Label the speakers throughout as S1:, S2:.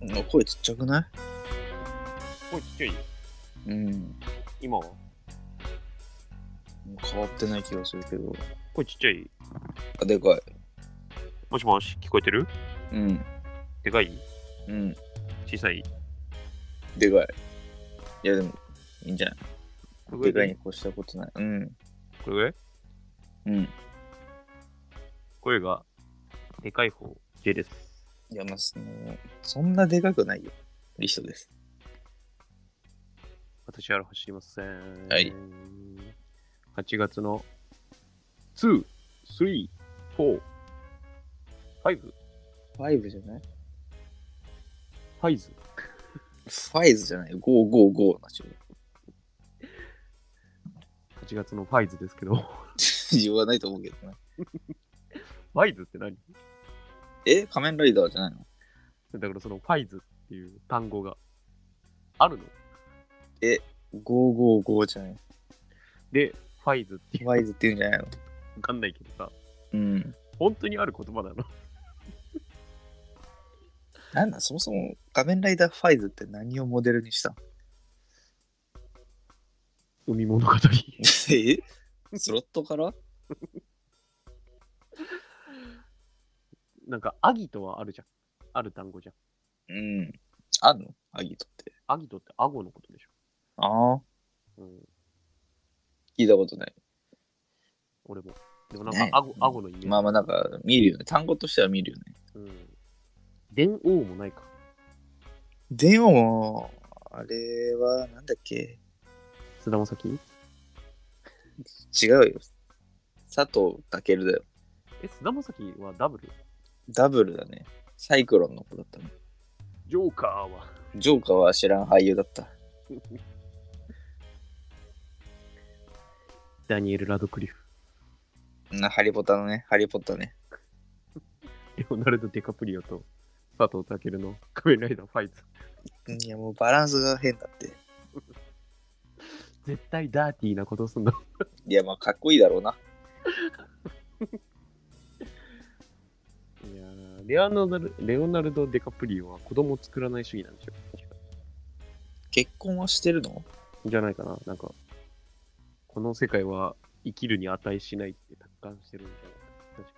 S1: うん声ちっちゃくな
S2: 声ちっちゃい
S1: いうん。
S2: 今は
S1: 変わってない気がするけど。
S2: 声ちっちゃい
S1: あ、でかい。
S2: もしもし、聞こえてる
S1: うん。
S2: でかい
S1: うん。
S2: 小さい
S1: でかい。いや、でも、いいんじゃない
S2: こ
S1: で
S2: れぐ
S1: からい
S2: い
S1: に越したことない。うん。
S2: これぐらい
S1: うん。
S2: 声がでかい方、J です。
S1: いや、まあ、その、そんなでかくないよ。リストです。
S2: 私は走りません。
S1: はい。
S2: 8月の2、3、4、5、フ
S1: ファイブじゃない
S2: ァイズ。
S1: ファイズじゃない。555な、ちょっ
S2: 8月のファイズですけど。 フ
S1: と 言わないと思うけどな。
S2: ァイズって何
S1: え仮面ライダーじゃないの
S2: だからそのファイズっていう単語があるの。
S1: ?555 じゃない
S2: で、ファイズって
S1: ファイズって言うんじゃないの
S2: わかんないけどさ、
S1: うん。
S2: 本当にある言葉なの。
S1: なんだ、そもそも仮面ライダーファイズって何をモデルにしたの
S2: 海物語。
S1: えスロットから
S2: なんか、アギトはあるじゃん。ある単語じゃん。
S1: うん。あるのアギトって。
S2: アギトってアゴのことでし
S1: ああ。
S2: ょ。うん、
S1: 聞いたことない。
S2: 俺も。でもなんか
S1: ね、
S2: アゴ、アゴのイメージ。
S1: まあまあなんか見るよね。単語としては見るよね。
S2: うん。電王もないか。
S1: でも、あれはなんだっけ
S2: 菅田将暉
S1: 違うよ。佐藤健だよ。
S2: え、菅田将暉はダブル
S1: ダブルだね。サイクロンの子だったね。
S2: ジョーカーは。
S1: ジョーカーは知らん俳優だった。
S2: ダニエル・ラドクリフ。
S1: なハリポタのね、ハリポタね。
S2: レオナルド・ディカプリオと佐藤健の仮面ライダーファイツ。
S1: いやもうバランスが変だって。
S2: 絶対ダーティーなことすんだ。
S1: いやまあかっこいいだろうな。
S2: いやーレアナルレオナルド・デカプリオは子供作らない主義なんでしょ確か
S1: 結婚はしてるの
S2: じゃないかななんか、この世界は生きるに値しないって達観してるんじゃないか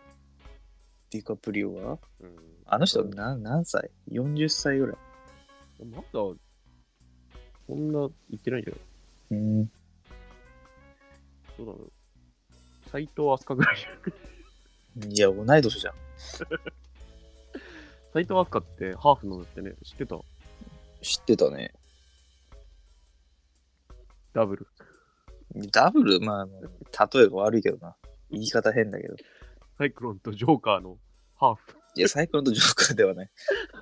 S1: ディカプリオは
S2: 確か。うん、
S1: あの人な何歳 ?40 歳ぐらい。
S2: まだ、そんな言ってないんじゃない
S1: うん。
S2: そうだろう。斎藤飛鳥ぐらいじゃ ない
S1: いや同い年じゃん。
S2: 斎藤飛鳥ってハーフなんだってね、知ってた
S1: 知ってたね。
S2: ダブル。
S1: ダブルまあ、例えが悪いけどな。言い方変だけど。
S2: サイクロンとジョーカーのハーフ。
S1: いや、サイクロンとジョーカーではない。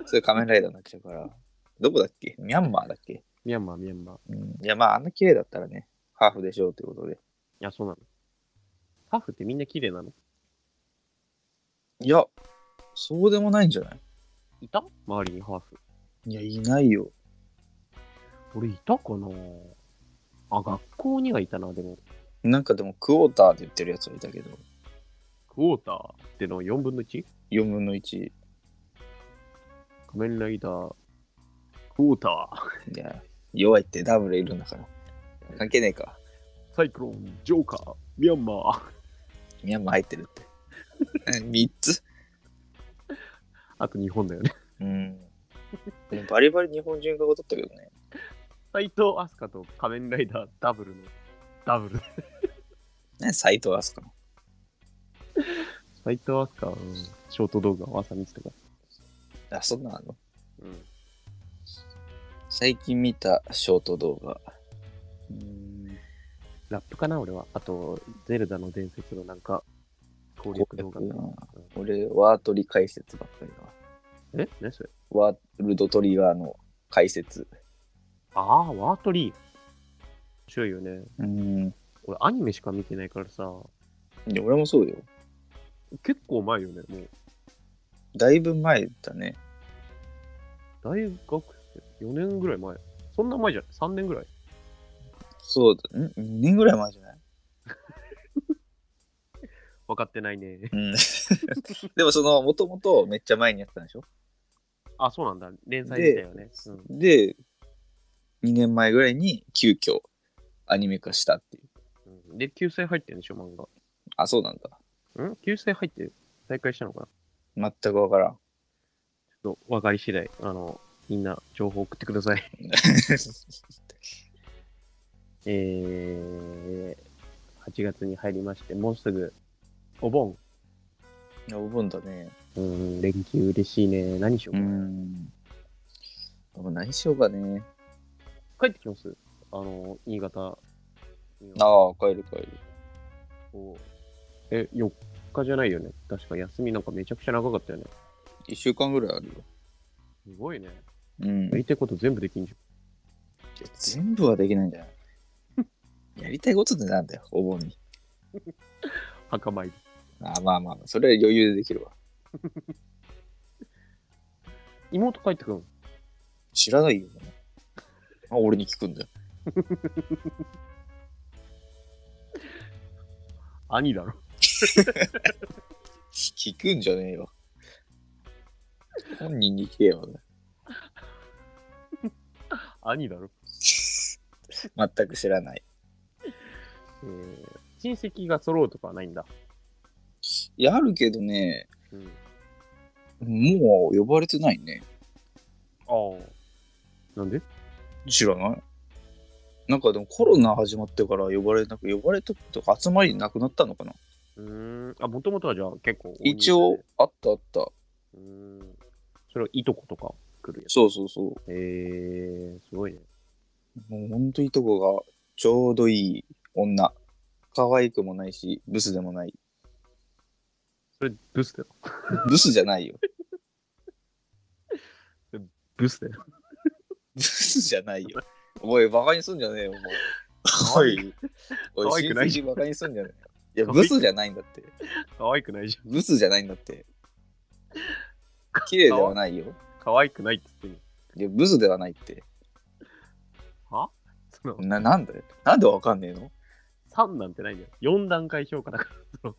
S1: それ仮面ライダーになっちゃうから。どこだっけミャンマーだっけ、
S2: ミャンマー、ミャンマー。い
S1: うん、いや、まあ、あんな綺麗だったらね、ハーフでしょうということで。
S2: や、そうなの。ハーフってみんな綺麗なの
S1: いや、そうでもないんじゃない
S2: いた周りにハーフ。
S1: いや、いないよ。
S2: 俺いたかなあ、学校にはいたな、でも。
S1: なんかでも、クォーターって言ってるやつはいたけど、
S2: クォーターっての4分の 1?
S1: 4分の1。い
S2: 仮面ライダー。クォーター。
S1: や、弱いってダブルいるんだから。関係ねえか。
S2: サイクロン、ジョーカー、ミャンマー。
S1: ミャンマー入ってるって。3つ
S2: あと日本だよね。
S1: うん。でもバリバリ日本人が語だったけどね。
S2: 斎藤飛鳥と仮面ライダーダブルのダブル。
S1: ね、斎藤飛鳥の。
S2: 斎藤飛鳥、うん、ショート動画を朝見てたから。
S1: あ、そんなんあんの
S2: うん。
S1: 最近見たショート動画。うーん
S2: ラップかな、俺は。あと、ゼルダの伝説のなんか、攻略動画みたいな。
S1: 俺、ワートリ解説ばっかりだわ。
S2: え何それ
S1: ワールドトリガーの解説。
S2: ああ、ワートリー。面白いよね。
S1: うん。
S2: 俺、アニメしか見てないからさ、
S1: いや、俺もそうよ。
S2: 結構前よね、もう。
S1: だいぶ前だね。
S2: 大学生、4年ぐらい前。そんな前じゃない ?3 年ぐらい。
S1: そうだ。ん ?2 年ぐらい前じゃない
S2: 分かってないね。
S1: うん。でも、その、もともとめっちゃ前にやってたんでしょ
S2: あ、そうなんだ。連載自体はね。うん、
S1: で、2年前ぐらいに急遽アニメ化したっていう。
S2: うんで、救済入ってるんでしょ、漫
S1: あ、そうなんだ。
S2: 画。ん救済入って再開したのかな
S1: 全くわ からん。
S2: ちょっと分かり次第、あの、みんな情報送ってください。 えー、8月に入りまして、もうすぐ、お盆。
S1: いやお盆だね。
S2: うん、連休嬉しいね。何しよう
S1: う
S2: かな。
S1: ん。でも何しようかね。
S2: 帰ってきますあの、新潟には。
S1: ああ、帰る帰る。
S2: こうえ、4日じゃないよね。確か休みなんかめちゃくちゃ長かったよね。
S1: 1週間ぐらいあるよ。
S2: すごいね。
S1: うん
S2: やりたいこと全部できんじ
S1: 全部はできないんじゃない やりたいことってなんだよ、お盆に。
S2: ゃん。墓参り。
S1: あまあまあ、それは余裕でできるわ。
S2: 妹帰ってくるの
S1: 知らないよ、ね。あ俺に聞くんだよ。
S2: 兄だろ。
S1: 聞くんじゃねえよ。本人に聞けよ。
S2: 兄だろ。
S1: 全く知らない。
S2: えー、親戚が揃うとかはないんだ。
S1: いや、あるけどね、
S2: うん。
S1: もう呼ばれてないね。
S2: ああ。なんで
S1: 知らないなんかでもコロナ始まってから呼ばれなく、呼ばれたとか集まりなくなったのかな
S2: うーん。あ、もともとはじゃあ結構、
S1: 一応。、あったあった。
S2: うーん。それはいとことか来るやつ。
S1: そうそうそう。
S2: えー、すごいね。
S1: もうほんといとこがちょうどいい女。可愛くもないし、ブスでもない。
S2: それ、ブスだよ。
S1: ブスじゃないよ。
S2: ブスだよ。
S1: ブスじゃないよ。おい、バカにすんじゃねえよ、もう。おい、
S2: 可
S1: おい、
S2: 愛
S1: 親
S2: くない
S1: 戚バカにすんじゃねえよ。いや、
S2: 可愛い
S1: ブスじゃないんだって。
S2: 可愛くないじゃん。
S1: ブスじゃないんだって。綺麗ではないよ。
S2: 可愛くないっつってんの
S1: いや、ブスではないって。
S2: その、
S1: な、なんだよ。なんでわかんねえの
S2: 3なんてないんだよ。4段階評価だから。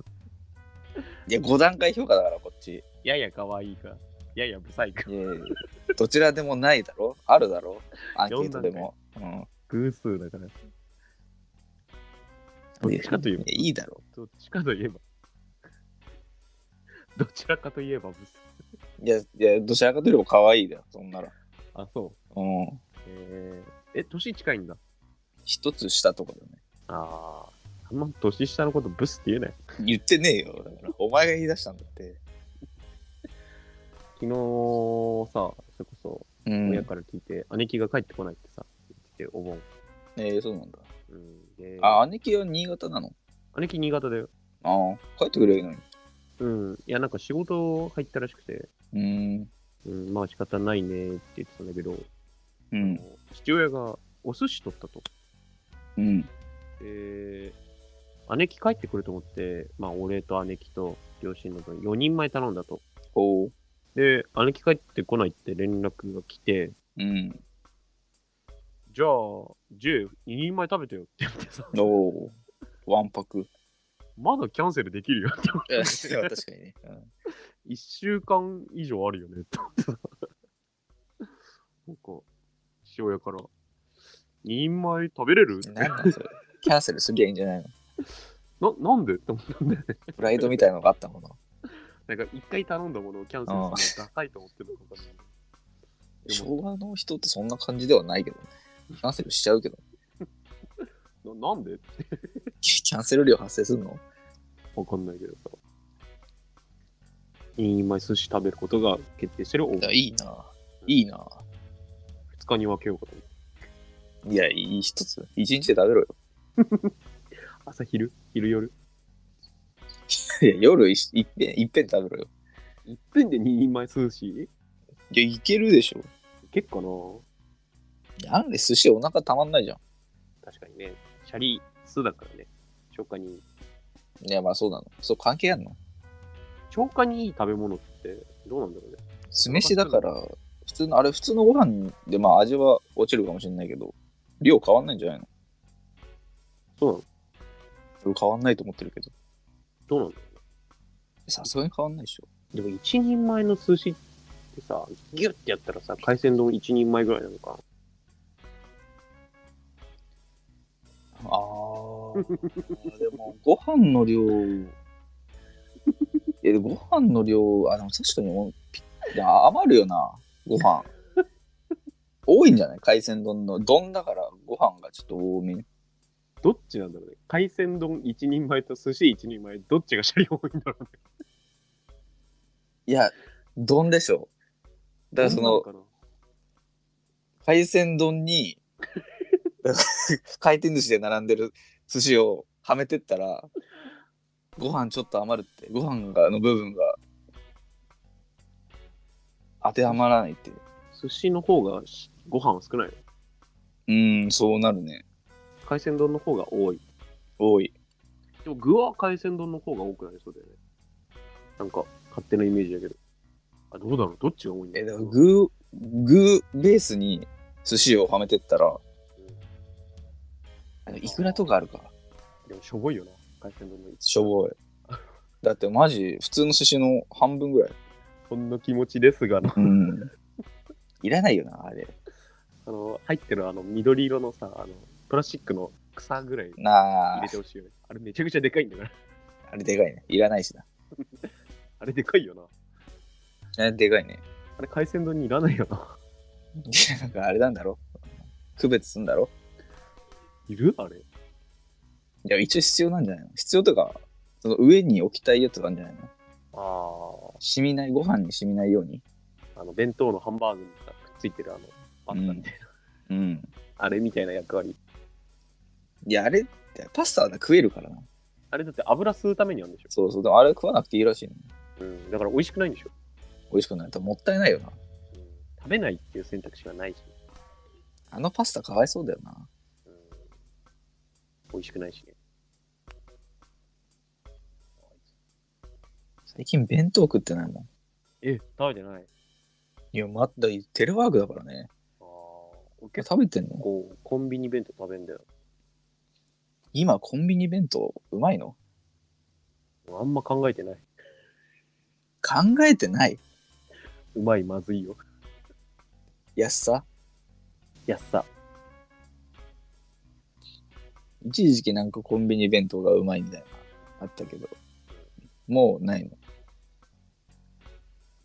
S1: いや、5段階評価だから、こっち。
S2: やや可愛いか、ややブサイか
S1: い。やいやどちらでもないだろあるだろアンケートでも。うん。
S2: 偶数だから。どっちかといえば
S1: いや、いいだろ
S2: どっちかといえば。 どちらかといえばブス。
S1: いや、いや、どちらかというと可愛いだよ、そんなの。
S2: あ、そう。
S1: うん。
S2: えー、え、年近いんだ。
S1: 一つ下とかだね。
S2: ああ。あんま年下のことブスって言えない。
S1: 言ってねえよ。だから、お前が言い出したんだって。
S2: 昨日さ、それこそ
S1: うん。
S2: 親
S1: え
S2: から聞いて、姉貴が帰ってこないってさ、言ってて、お盆。
S1: ー、そうなんだ。
S2: うん、で、
S1: あ、姉貴は新潟なの
S2: 姉貴新潟だよ。
S1: ああ、帰ってくれるのに。
S2: うん。いや、なんか仕事入ったらしくて、
S1: うーん。
S2: うん、まあ仕方ないねって言ってたんだけど、
S1: うん。
S2: 父親がお寿司取ったと。
S1: うん。
S2: で、姉貴帰ってくると思って、まあ俺と姉貴と両親の分4人前頼んだと。
S1: ほう。
S2: で、姉貴帰ってこないって連絡が来て、
S1: うん。
S2: じゃあ、10、2人前食べてよって言ってさ、
S1: おお。わんぱく。
S2: まだキャンセルできるよって思っ
S1: いや
S2: て、
S1: 確かにね。うん
S2: 1週間以上あるよね って思ってさ、なんか、父親から、2人前食べれるって
S1: なんなんそれ。キャンセルすりゃいいんじゃないの
S2: な、なんでって 思ったんだよね。
S1: プライドみたいのがあったもの。
S2: なんか、一回頼んだものをキャンセルするのダサいと思ってるのか分かんないでも
S1: 昭和の人ってそんな感じではないけどね。キャンセルしちゃうけど。
S2: ななんで
S1: キャンセル料発生するの
S2: わかんないけどさ。インマイ寿司食べることが決定してるお
S1: いや
S2: 2
S1: いいな。いいな。
S2: 日に分けようかと思って。
S1: いや、いい一つ。一日で食べろよ。
S2: 朝昼昼夜
S1: いや、夜いいっぺん、いっぺん食べろよ。
S2: 一分で2人前寿司
S1: いや、いけるでしょ。
S2: いけっかない
S1: やなんで寿司お腹たまんないじゃ
S2: 確かにね。シャリ酢だからね。消化にいい。
S1: ん。いや、まあそうなの。そう、関係あんの
S2: 消化にいい食べ物ってどうなんだろうね。
S1: 酢飯だから、普通の、あれ、普通のご飯で、まあ味は落ちるかもしれないけど、量変わんないんじゃないの
S2: そうなの
S1: 俺変わんないと思ってるけど。
S2: どうなんだろうね。
S1: さすがに変わんないでしょ。
S2: でも一人前の寿司ってさ、ギュッてやったらさ、海鮮丼一人前ぐらいなのか。
S1: あーでもご飯の量えご飯の量あでも確かにもうピッいや余るよなご飯多いんじゃない海鮮丼の丼だからご飯がちょっと多め
S2: どっちなんだろうね。海鮮丼一人前と寿司一人前、どっちがシャリ多いんだろうね。
S1: いや丼でしょだからその
S2: どうなのか
S1: 海鮮丼に回転寿司で並んでる寿司をはめてったらご飯ちょっと余るってご飯がの部分が当てはまらないっていう
S2: な寿司の方がしご飯は少ない。
S1: うーんそうなるね
S2: 海鮮丼の方が多い。
S1: 多い
S2: でも具は海鮮丼の方が多くなりそうだよね。なんか、勝手なイメージだけど。あ、どうだろうどっちが多いんだ
S1: え
S2: ろう
S1: だから具具ベースに寿司をはめてったらいくらとかあるか
S2: でもしょぼいよな。海鮮丼の一
S1: しょぼいだってマジ普通の寿司の半分ぐらい
S2: ほんの気持ちですがな。
S1: うんいらないよなあれ
S2: あの、入ってるあの、緑色のさ、あの、プラスチックの草ぐらい
S1: な
S2: 入
S1: あ
S2: れてほしいよね。あれめちゃくちゃでかいんだから。
S1: あれでかいねいらないしな
S2: あれでかいよな。
S1: えでかいね。
S2: あれ海鮮丼にいらないよな。
S1: なんかあれなんだろ区別すんだろ
S2: いるあれ。
S1: いや、一応必要なんじゃないの必要とか、その上に置きたいやつなんじゃないの
S2: ああ。
S1: 染みない、ご飯に染みないように。
S2: あの、弁当のハンバーグにさくっついてるあの、パスタみたい
S1: う
S2: な。
S1: ん。
S2: あれみたいな役割。
S1: いや、あれ、パスタはな食えるからな。
S2: あれだって油吸うためにあるんでしょ
S1: そうそう、でもあれ食わなくていいらしいの。
S2: うん、だから美味しくないんでしょ、
S1: 美味しくないともったいないよな。
S2: うん、食べないっていう選択肢がないし、
S1: あのパスタかわいそうだよな。
S2: うん、美味しくないしね。
S1: 最近弁当食ってないもん。
S2: え、食べてない
S1: いや、まだテレワークだからね。
S2: ああ、俺結
S1: 食べてんの
S2: 構コンビニ弁当食べんだよ。
S1: 今、コンビニ弁当うまいの
S2: あんま考えてない。
S1: 考えてない。
S2: うまい、まずいよ。
S1: 安さ。
S2: 安さ。
S1: 一時期なんかコンビニ弁当がうまいみたいなあったけどもうないの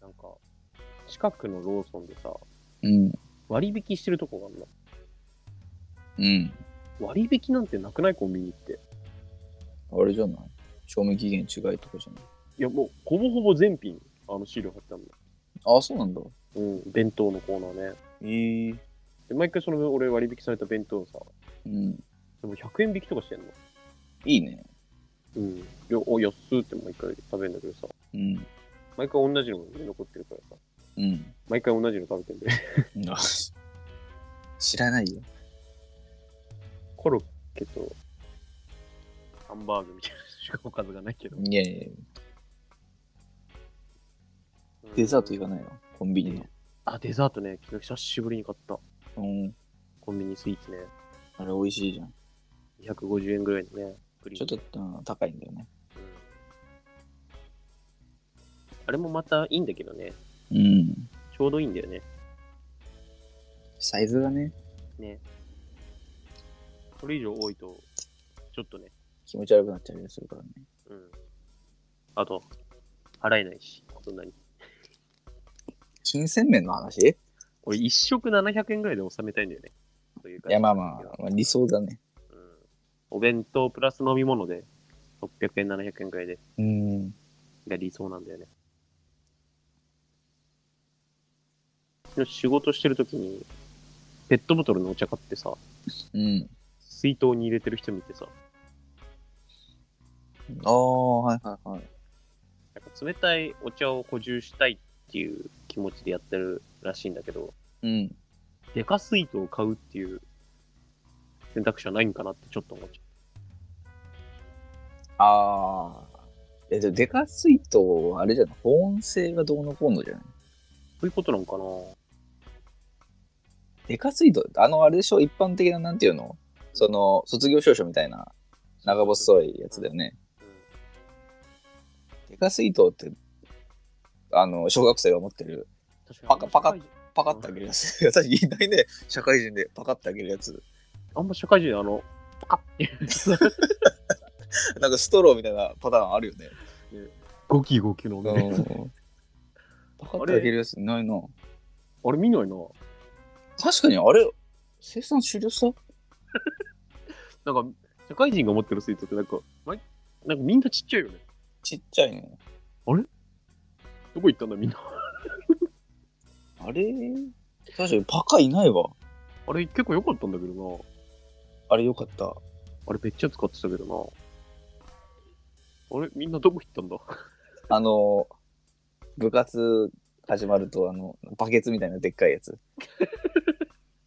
S2: なんか、近くのローソンでさ、
S1: うん
S2: 割引してるとこがあるの。
S1: うん
S2: 割引なんてなくないコンビニって。
S1: あれじゃない賞味期限違いとかじゃない
S2: いや、もう、ほぼほぼ全品、あの、シール貼ってあるの。
S1: ああそうなんだ
S2: うん、弁当のコーナーね。
S1: ええ
S2: で、毎回その、俺割引された弁当をさ、
S1: うん
S2: でも100円引きとかしてんの。
S1: いいね
S2: うん。で、お、安っって毎回食べるんだけどさ、
S1: うん
S2: 毎回同じのが残ってるからさ、
S1: うん
S2: 毎回同じの食べてんで、
S1: 知らないよ
S2: コロッケと、ハンバーグみたいなしかおかずがないけど。
S1: いやいやデザートいかないのコンビニの
S2: あ、デザートね、昨日久しぶりに買った。
S1: うん
S2: コンビニスイーツね、
S1: あれ美味しいじゃん
S2: 250円ぐらいのね、プリン。
S1: ちょっと、うん高いんだよね
S2: うん、あれもまたいいんだけどね、
S1: うん
S2: ちょうどいいんだよね。
S1: サイズがね
S2: ね。それ以上多いと、ちょっとね、
S1: 気持ち悪くなっちゃうりするからね
S2: うん。あと、払えないし、そんなに。
S1: 金銭面の話い
S2: 俺、一食700円ぐらいで収めたいんだよね。というか
S1: やまあまあまあ理想だね
S2: うんお弁当プラス飲み物で、600円、700円ぐらいで、
S1: うん
S2: が理想なんだよね。昨日仕事してるときに、ペットボトルのお茶買ってさ、
S1: うん
S2: 水筒に入れてる人見てさ、
S1: ああはいはいはい
S2: なんか冷たいお茶を補充したいっていう気持ちでやってるらしいんだけど、
S1: うん
S2: でか水筒を買うっていう選択肢はないんかなってちょっと思っちゃ。
S1: ああ。え、でも、デカ水筒はあれじゃない保温性がどうのこうのじゃないう
S2: そういうことなんかな
S1: デカ水筒ってあの、あれでしょ一般的な、なんていうのその、卒業証書みたいな長細いやつだよね。
S2: う
S1: デカ水筒って、あの、小学生が持ってる
S3: 確かに
S1: パカパカパカってあげるやつ。私いないね。社会人でパカってあげるやつ。
S2: あんま社会人あの、パカッ て。
S1: なんかストローみたいなパターンあるよね。
S2: ゴキゴキのね。
S1: パカってあげるやついないな。
S2: あれ見ないな。
S1: 確かにあれ、生産終了した
S2: なんか、社会人が持ってるスイーツってなんか、まなんかみんなちっちゃいよね。
S1: ちっちゃいね。
S2: どこ行ったんだみんな。
S1: あれ確かにパカいないわ。
S2: あれ結構良かったんだけどな。
S1: あれよかった。
S2: あれめっちゃ使ってたけどな。あれみんなどこ行ったんだ
S1: あの、部活始まると、あの、バケツみたいなでっかいや つ。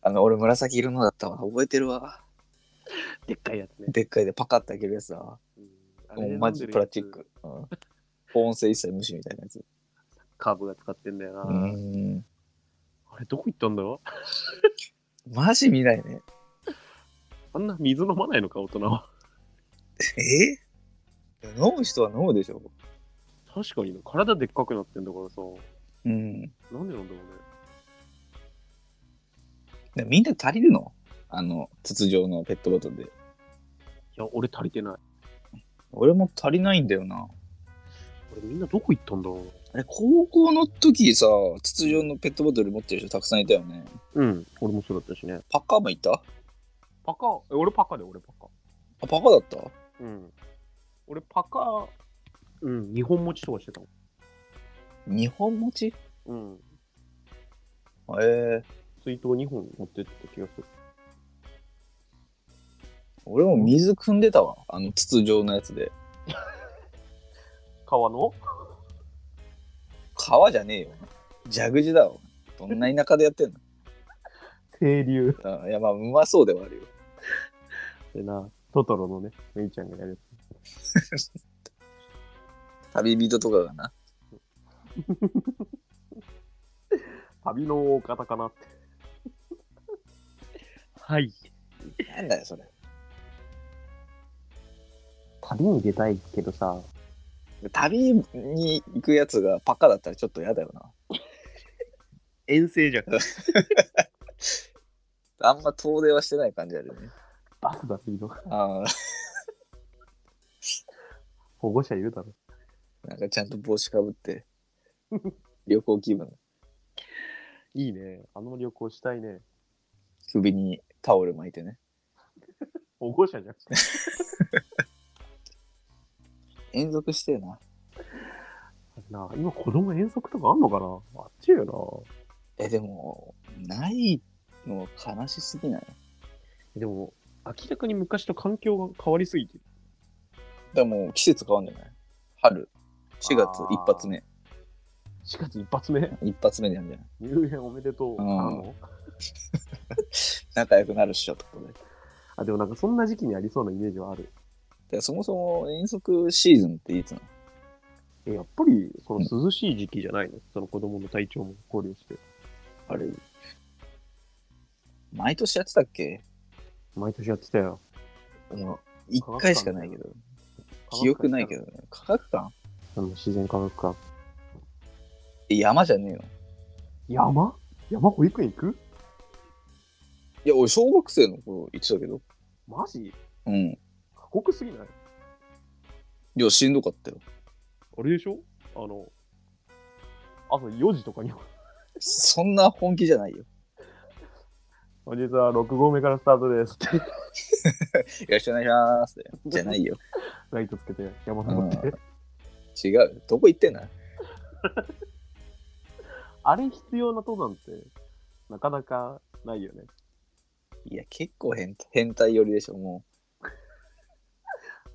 S1: あの、俺紫色のだったわ。覚えてるわ。
S2: でっかいやつね。
S1: でっかいでパカってあげるやつだわ。
S2: うんあれ
S1: もう
S2: で飲んでるやつ
S1: マジプラスチック。うん。音声一切無視みたいなやつ。
S2: カーブが使ってんだよな。
S1: うん。
S2: あれどこ行ったんだろ
S1: マジ見ないね。
S2: あんな水飲まないのか、大人は。
S1: え飲む人は飲むでしょ。
S2: 確かにな。体でっかくなってんだからさ。
S1: うん。
S2: なんでなんだろうね。
S1: でみんな足りるのあの、筒状のペットボトルで。
S2: いや、俺足りてない。
S1: 俺も足りないんだよな。
S2: 俺みんなどこ行ったんだろ
S1: あれ、高校の時さ、筒状のペットボトル持ってる人たくさんいたよね。
S2: うな。うん。俺もそうだったしね。
S1: パカもいたあ、
S2: パカ、え俺パカで、俺パカ。
S1: パカだった
S2: うん。俺パカ、うん、日本持ちとかしてたも
S1: 日本持ち
S2: ん。うん。
S1: ええ
S2: 水筒2本持ってった気がする。
S1: 俺も水汲んでたわ。あの筒状のやつで。
S2: 川の
S1: 川じゃねえよ。蛇口だわ。どんな田舎でやってんの
S2: 清流。
S1: あいや、まあ、うまそうではあるよ。
S2: でな、トトロのね、メイちゃんがやる
S1: 旅人とかがな。
S2: 旅の大方かなって。 はい。
S1: なんだよ、それ。
S2: 旅に出たいけどさ、
S1: 旅に行くやつがパカだったらちょっと嫌だよな。
S2: 遠征じゃん。
S1: あんま遠出はしてない感じあるよね。
S2: バスだっていいの
S1: あ
S2: 保護者いるだろ。
S1: あ、なんかちゃんと帽子かぶって。旅行気分。
S2: いいね。あの旅行したいね。
S1: 首にタオル巻いてね。
S2: 保護者じゃん。
S1: 遠足してえな。
S2: なあ今子供遠足とかあんのかなあっちよ
S1: え、でも、ないの悲しすぎない
S2: な。でも、明らかに昔と環境が変わりすぎてる。
S1: でも季節変わんじゃない春、4月
S2: あー
S1: 一発目。
S2: 4月一発目
S1: 一発目でやるんじゃない
S2: 入園おめでとう。
S1: うん
S2: なの
S1: 仲良くなるっしょってことで。
S2: あ、でもなんかそんな時期にありそうなイメージはある。
S1: でそもそも遠足シーズンっていつなの
S2: え、やっぱり、その涼しい時期じゃないの、その子供の体調も考慮して。
S1: あれ毎年やってたっけ
S2: 毎年やってたよ。
S1: もう1回しかないけど。記憶ないけ
S2: ど。
S1: どね。科学館
S2: あの自然科学館。
S1: え山じゃねえよ。
S2: 山山保育園行く
S1: いや、俺小学生の頃行ってたけど。
S2: マジ
S1: うん。
S2: 過酷すぎない
S1: いや、しんどかったよ。
S2: あれでしょあの、朝4時とかに。
S1: そんな本気じゃないよ。
S2: 本日は6合目からスタートですって、
S1: よろしくお願いしますって。じゃないよ。
S2: ライトつけて山登って。
S1: 違うよ。どこ行ってんだ
S2: あれ必要な登山って、なかなかないよね。
S1: いや、結構変態変態寄りでしょ、も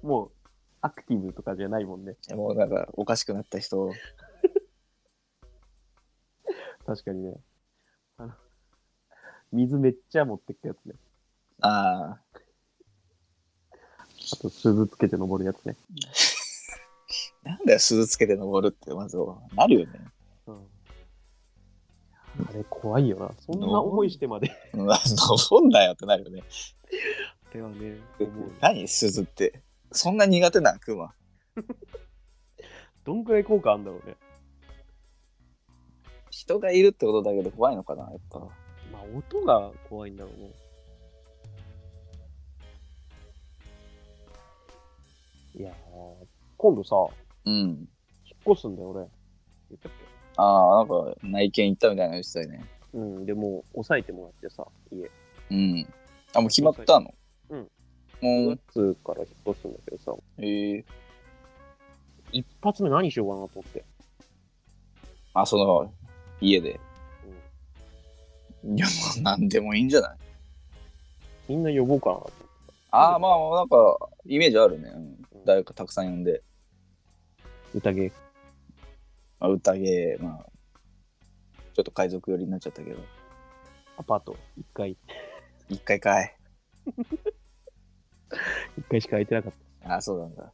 S1: う。
S2: もう、アクティブとかじゃないもんね。
S1: もうなんかおかしくなった人。
S2: 確かにね。あの、水めっちゃ持ってくやつね。
S1: ああ、
S2: あと、鈴つけて登るやつね。
S1: なんだよ、鈴つけて登るって、まずはなるよね。
S2: うん。あれ、怖いよな。そんな思いしてまで。
S1: うん登んなよってなるよね。
S2: あれは ね、思う。
S1: 何、鈴って。そんな苦手な、クマ。
S2: どんくらい効果あんだろうね。
S1: 人がいるってことだけど怖いのかな、やっぱ。
S2: まあ、音が怖いんだろうね。いやー、今度さ、
S1: うん。
S2: 引っ越すんだよ、俺。言ったっ
S1: ああ、なんか内見行ったみたいな言ってたよね。
S2: けうん、でも、抑えてもらってさ、家。
S1: うん。あ、もう決まったの
S2: うん。
S1: も
S2: 9
S1: う、
S2: 月から引っ越すんだけどさ、
S1: ええ
S2: 一発目何しようかなと思って。
S1: あ、その、家で。
S2: うん
S1: いや、もう何でもいいんじゃない
S2: みんな呼ぼうかなと思って。
S1: ああ、まあ、なんか、イメージあるね。うん
S2: うん
S1: 誰かたくさん呼んで、
S2: 宴。
S1: まあ、宴、まあ、ちょっと海賊寄りになっちゃったけど、
S2: アパート、一回、
S1: 一回かい。
S2: 一回しか空いてなかった。
S1: ああ、そうなんだ。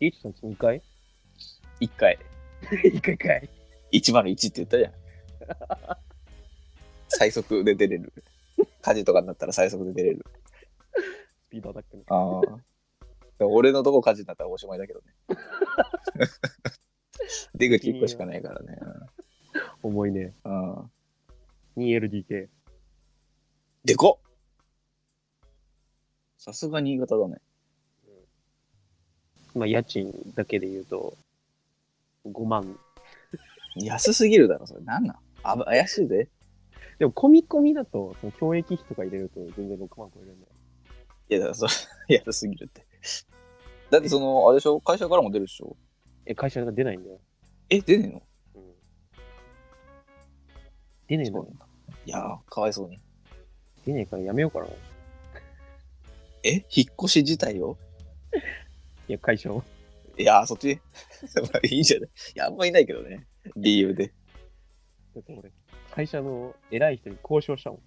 S2: リーチさんち二階
S1: 一回。
S2: 一回かい。
S1: 101って言ったじゃん。 最速で出れる。火事とかになったら最速で出れる。
S2: スピードアタックね。
S1: ああ。俺のとこ火事になったらおしまいだけどね。 出口1個しかないからね。
S2: 重いね。
S1: うん。うん
S2: 2LDK。
S1: でこっさすが新潟だね。
S2: まあ、家賃だけで言うと、5万。
S1: 安すぎるだろ、それ。なんなんあぶ怪しいぜ。
S2: でも、込み込みだと、その教育費とか入れると全然6万超えるんだよ。
S1: いや、だからそれ、 安すぎるって。だってその、あれでしょ会社からも出るでしょ
S2: え、会社が出ないんだよ。
S1: え、出ねえの
S2: うん。出ねえ
S1: そ
S2: の
S1: ういやー、かわいそうに。
S2: 出ねえからやめようかな。い
S1: え引っ越し自体を
S2: や、会社を。
S1: いやー、そっち まあいいんじゃないいや、あんまいないけどね。理由で。
S2: だって俺、会社の偉い人に交渉したもん。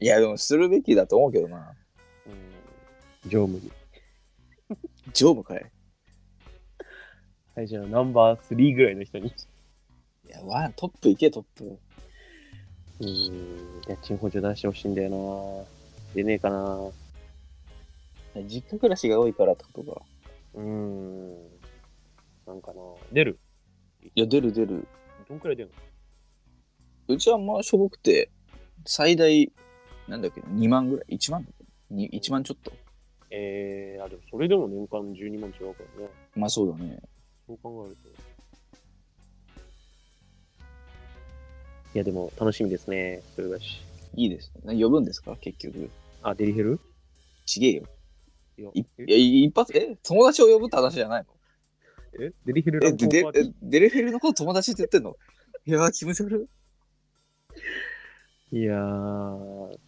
S1: いや、でもするべきだと思うけどな。
S2: うん。常務に。
S1: 常務かい
S2: 会社のナンバー3ぐらいの人に。
S1: いや、ワン、トップ行け、トップ。
S2: うん。家賃補助出してほしいんだよな。出ねえかな。
S1: 実家暮らしが多いからってことか。
S2: うん。なんかな。出る
S1: いや、出る出る。
S2: どんくらい出る
S1: うちはまあ、しょぼくて、最大、なんだっけ、2万ぐらい ?1 万だっけに ?1 万ちょっと。
S2: えー、あ、でもそれでも年間12万違うからね。
S1: まあそうだね。
S2: そう考えると。いや、でも楽しみですね。それだし。
S1: いいですね。呼ぶんですか結局。
S2: あ、デリヘル
S1: ちげえよ。
S2: いや
S1: いいや、一発、え友達を呼ぶって話じゃないの
S2: えデリヘル
S1: え、
S2: 乱交
S1: で
S2: パー、ティ
S1: えデレフィルのこと友達って言ってんのいやー、気持ち悪い。
S2: ーいやー、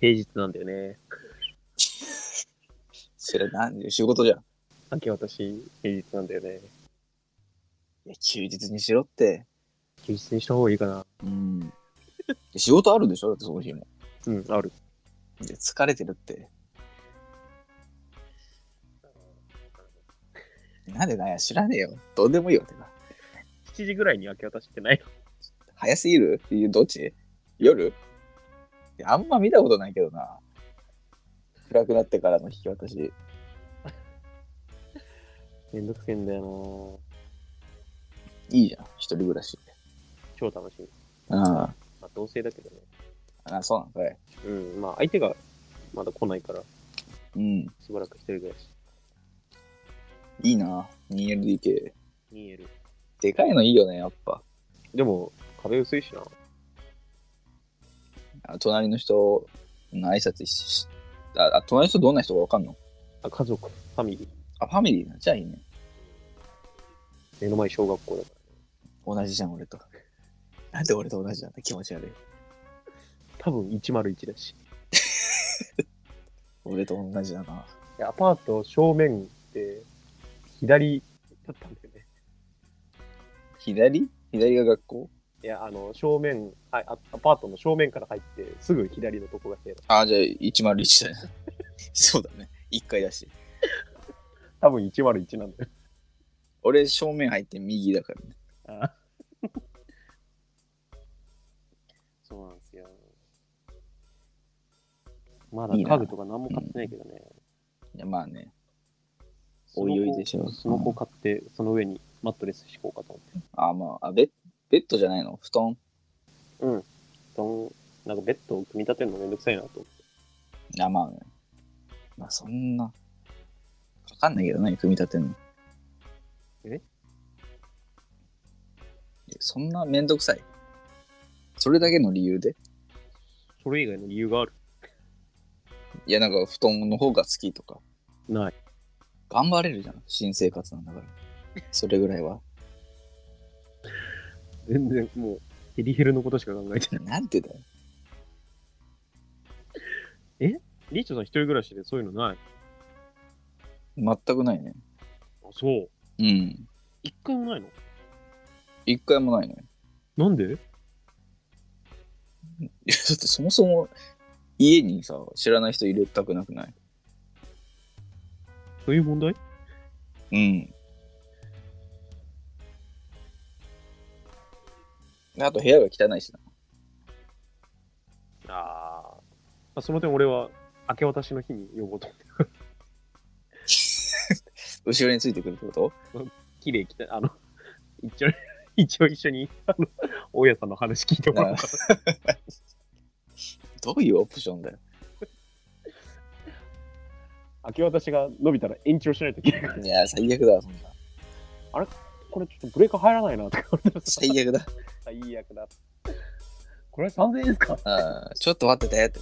S2: 平日なんだよね。
S1: それ何仕事じゃん。い
S2: 明け渡し、平日なんだよね。
S1: や、休日にしろって。
S2: 休日にした方がいいかな。
S1: うん。仕事あるでしょだってその日も。
S2: うん、ある。
S1: で、疲れてるって。なんでなんや、知らねえよ。どうでもいいよってな。
S2: 7時ぐらいに明け渡しってない
S1: 早すぎるいやどっち夜いやあんま見たことないけどな。暗くなってからの引き渡し。
S2: めんどくせえんだよ
S1: いいじゃん。一人暮らし。
S2: な超楽しみ。
S1: うん。
S2: まあ、同性だけどね。
S1: あ、そうなんかい。
S2: うん、まあ、相手がまだ来ないから、
S1: うん。
S2: しばらく一人暮らし。
S1: いいな。2LDK。
S2: 2L。
S1: でかいのいいよね、やっぱ。
S2: でも、壁薄いしな。
S1: あ隣の人の挨拶ししあ、あ隣の人どんな人かわかんの
S2: あ、家族、ファミリー。
S1: あ、ファミリーな。じゃあいいね。
S2: 目の前小学校だから。
S1: 同じじゃん、俺と。なんで俺と同じなんだ気持ち悪い。
S2: 多分101だし。
S1: 俺と同じだな。
S2: でアパート正面って、左だったんだよね。
S1: 左左が学校
S2: いや、あの、正面、はい、あアパートの正面から入って、すぐ左のとこが部屋だ。
S1: あ、じゃあ101だね。 そうだね。1階だし。
S2: 多分101なんだよ。
S1: 俺、正面入って右だからね。
S2: あ そうなんですよ。まだ
S1: いいな
S2: 家具とか何も買ってないけどね。
S1: いや、まあね。おいおいでしょ
S2: その子買って、その上にマットレス敷こうかと思って。
S1: あ、まあ、あ、ベッベッドじゃないの布団
S2: うん。布団、なんかベッドを組み立てるのめんどくさいなと思って。
S1: いや、まあね。まあ、そんな、かかんないけどね、組み立てんの。
S2: え
S1: えそんなめんどくさいそれだけの理由で
S2: それ以外の理由がある
S1: いや、なんか布団の方が好きとか。
S2: ない。
S1: 頑張れるじゃん。新生活なんだから。それぐらいは。
S2: 全然もう、ヘリヘルのことしか考えてない。
S1: なんてだよ。
S2: リーチョさん一人暮らしでそういうのない
S1: 全くないね。
S2: あ、そう。
S1: うん。
S2: 一回もないの
S1: 一回もないね。
S2: なんで
S1: いや、だってそもそも家にさ、知らない人入れたくなくない
S2: そういう問題
S1: うん。あと部屋が汚いしな。
S2: ああ。まあ、その点俺は、明け渡しの日に呼ぼうと思って。
S1: 後ろについてくるってこと
S2: 綺麗来た、あの、 一応、一応一緒に、あの、大家さんの話聞いてもらおうかな。
S1: どういうオプションだよ。
S2: 明け渡しが伸びたら延長しないといけないから。
S1: いや、最悪だ、そんな。
S2: これちょっとブレーカー入らないなとか言われたら
S1: 最悪だ。
S2: 最悪だ。これ3000円ですか
S1: あーちょっと待っててって。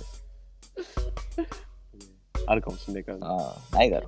S2: あるかもしれないからね。
S1: ああ、ないだろ。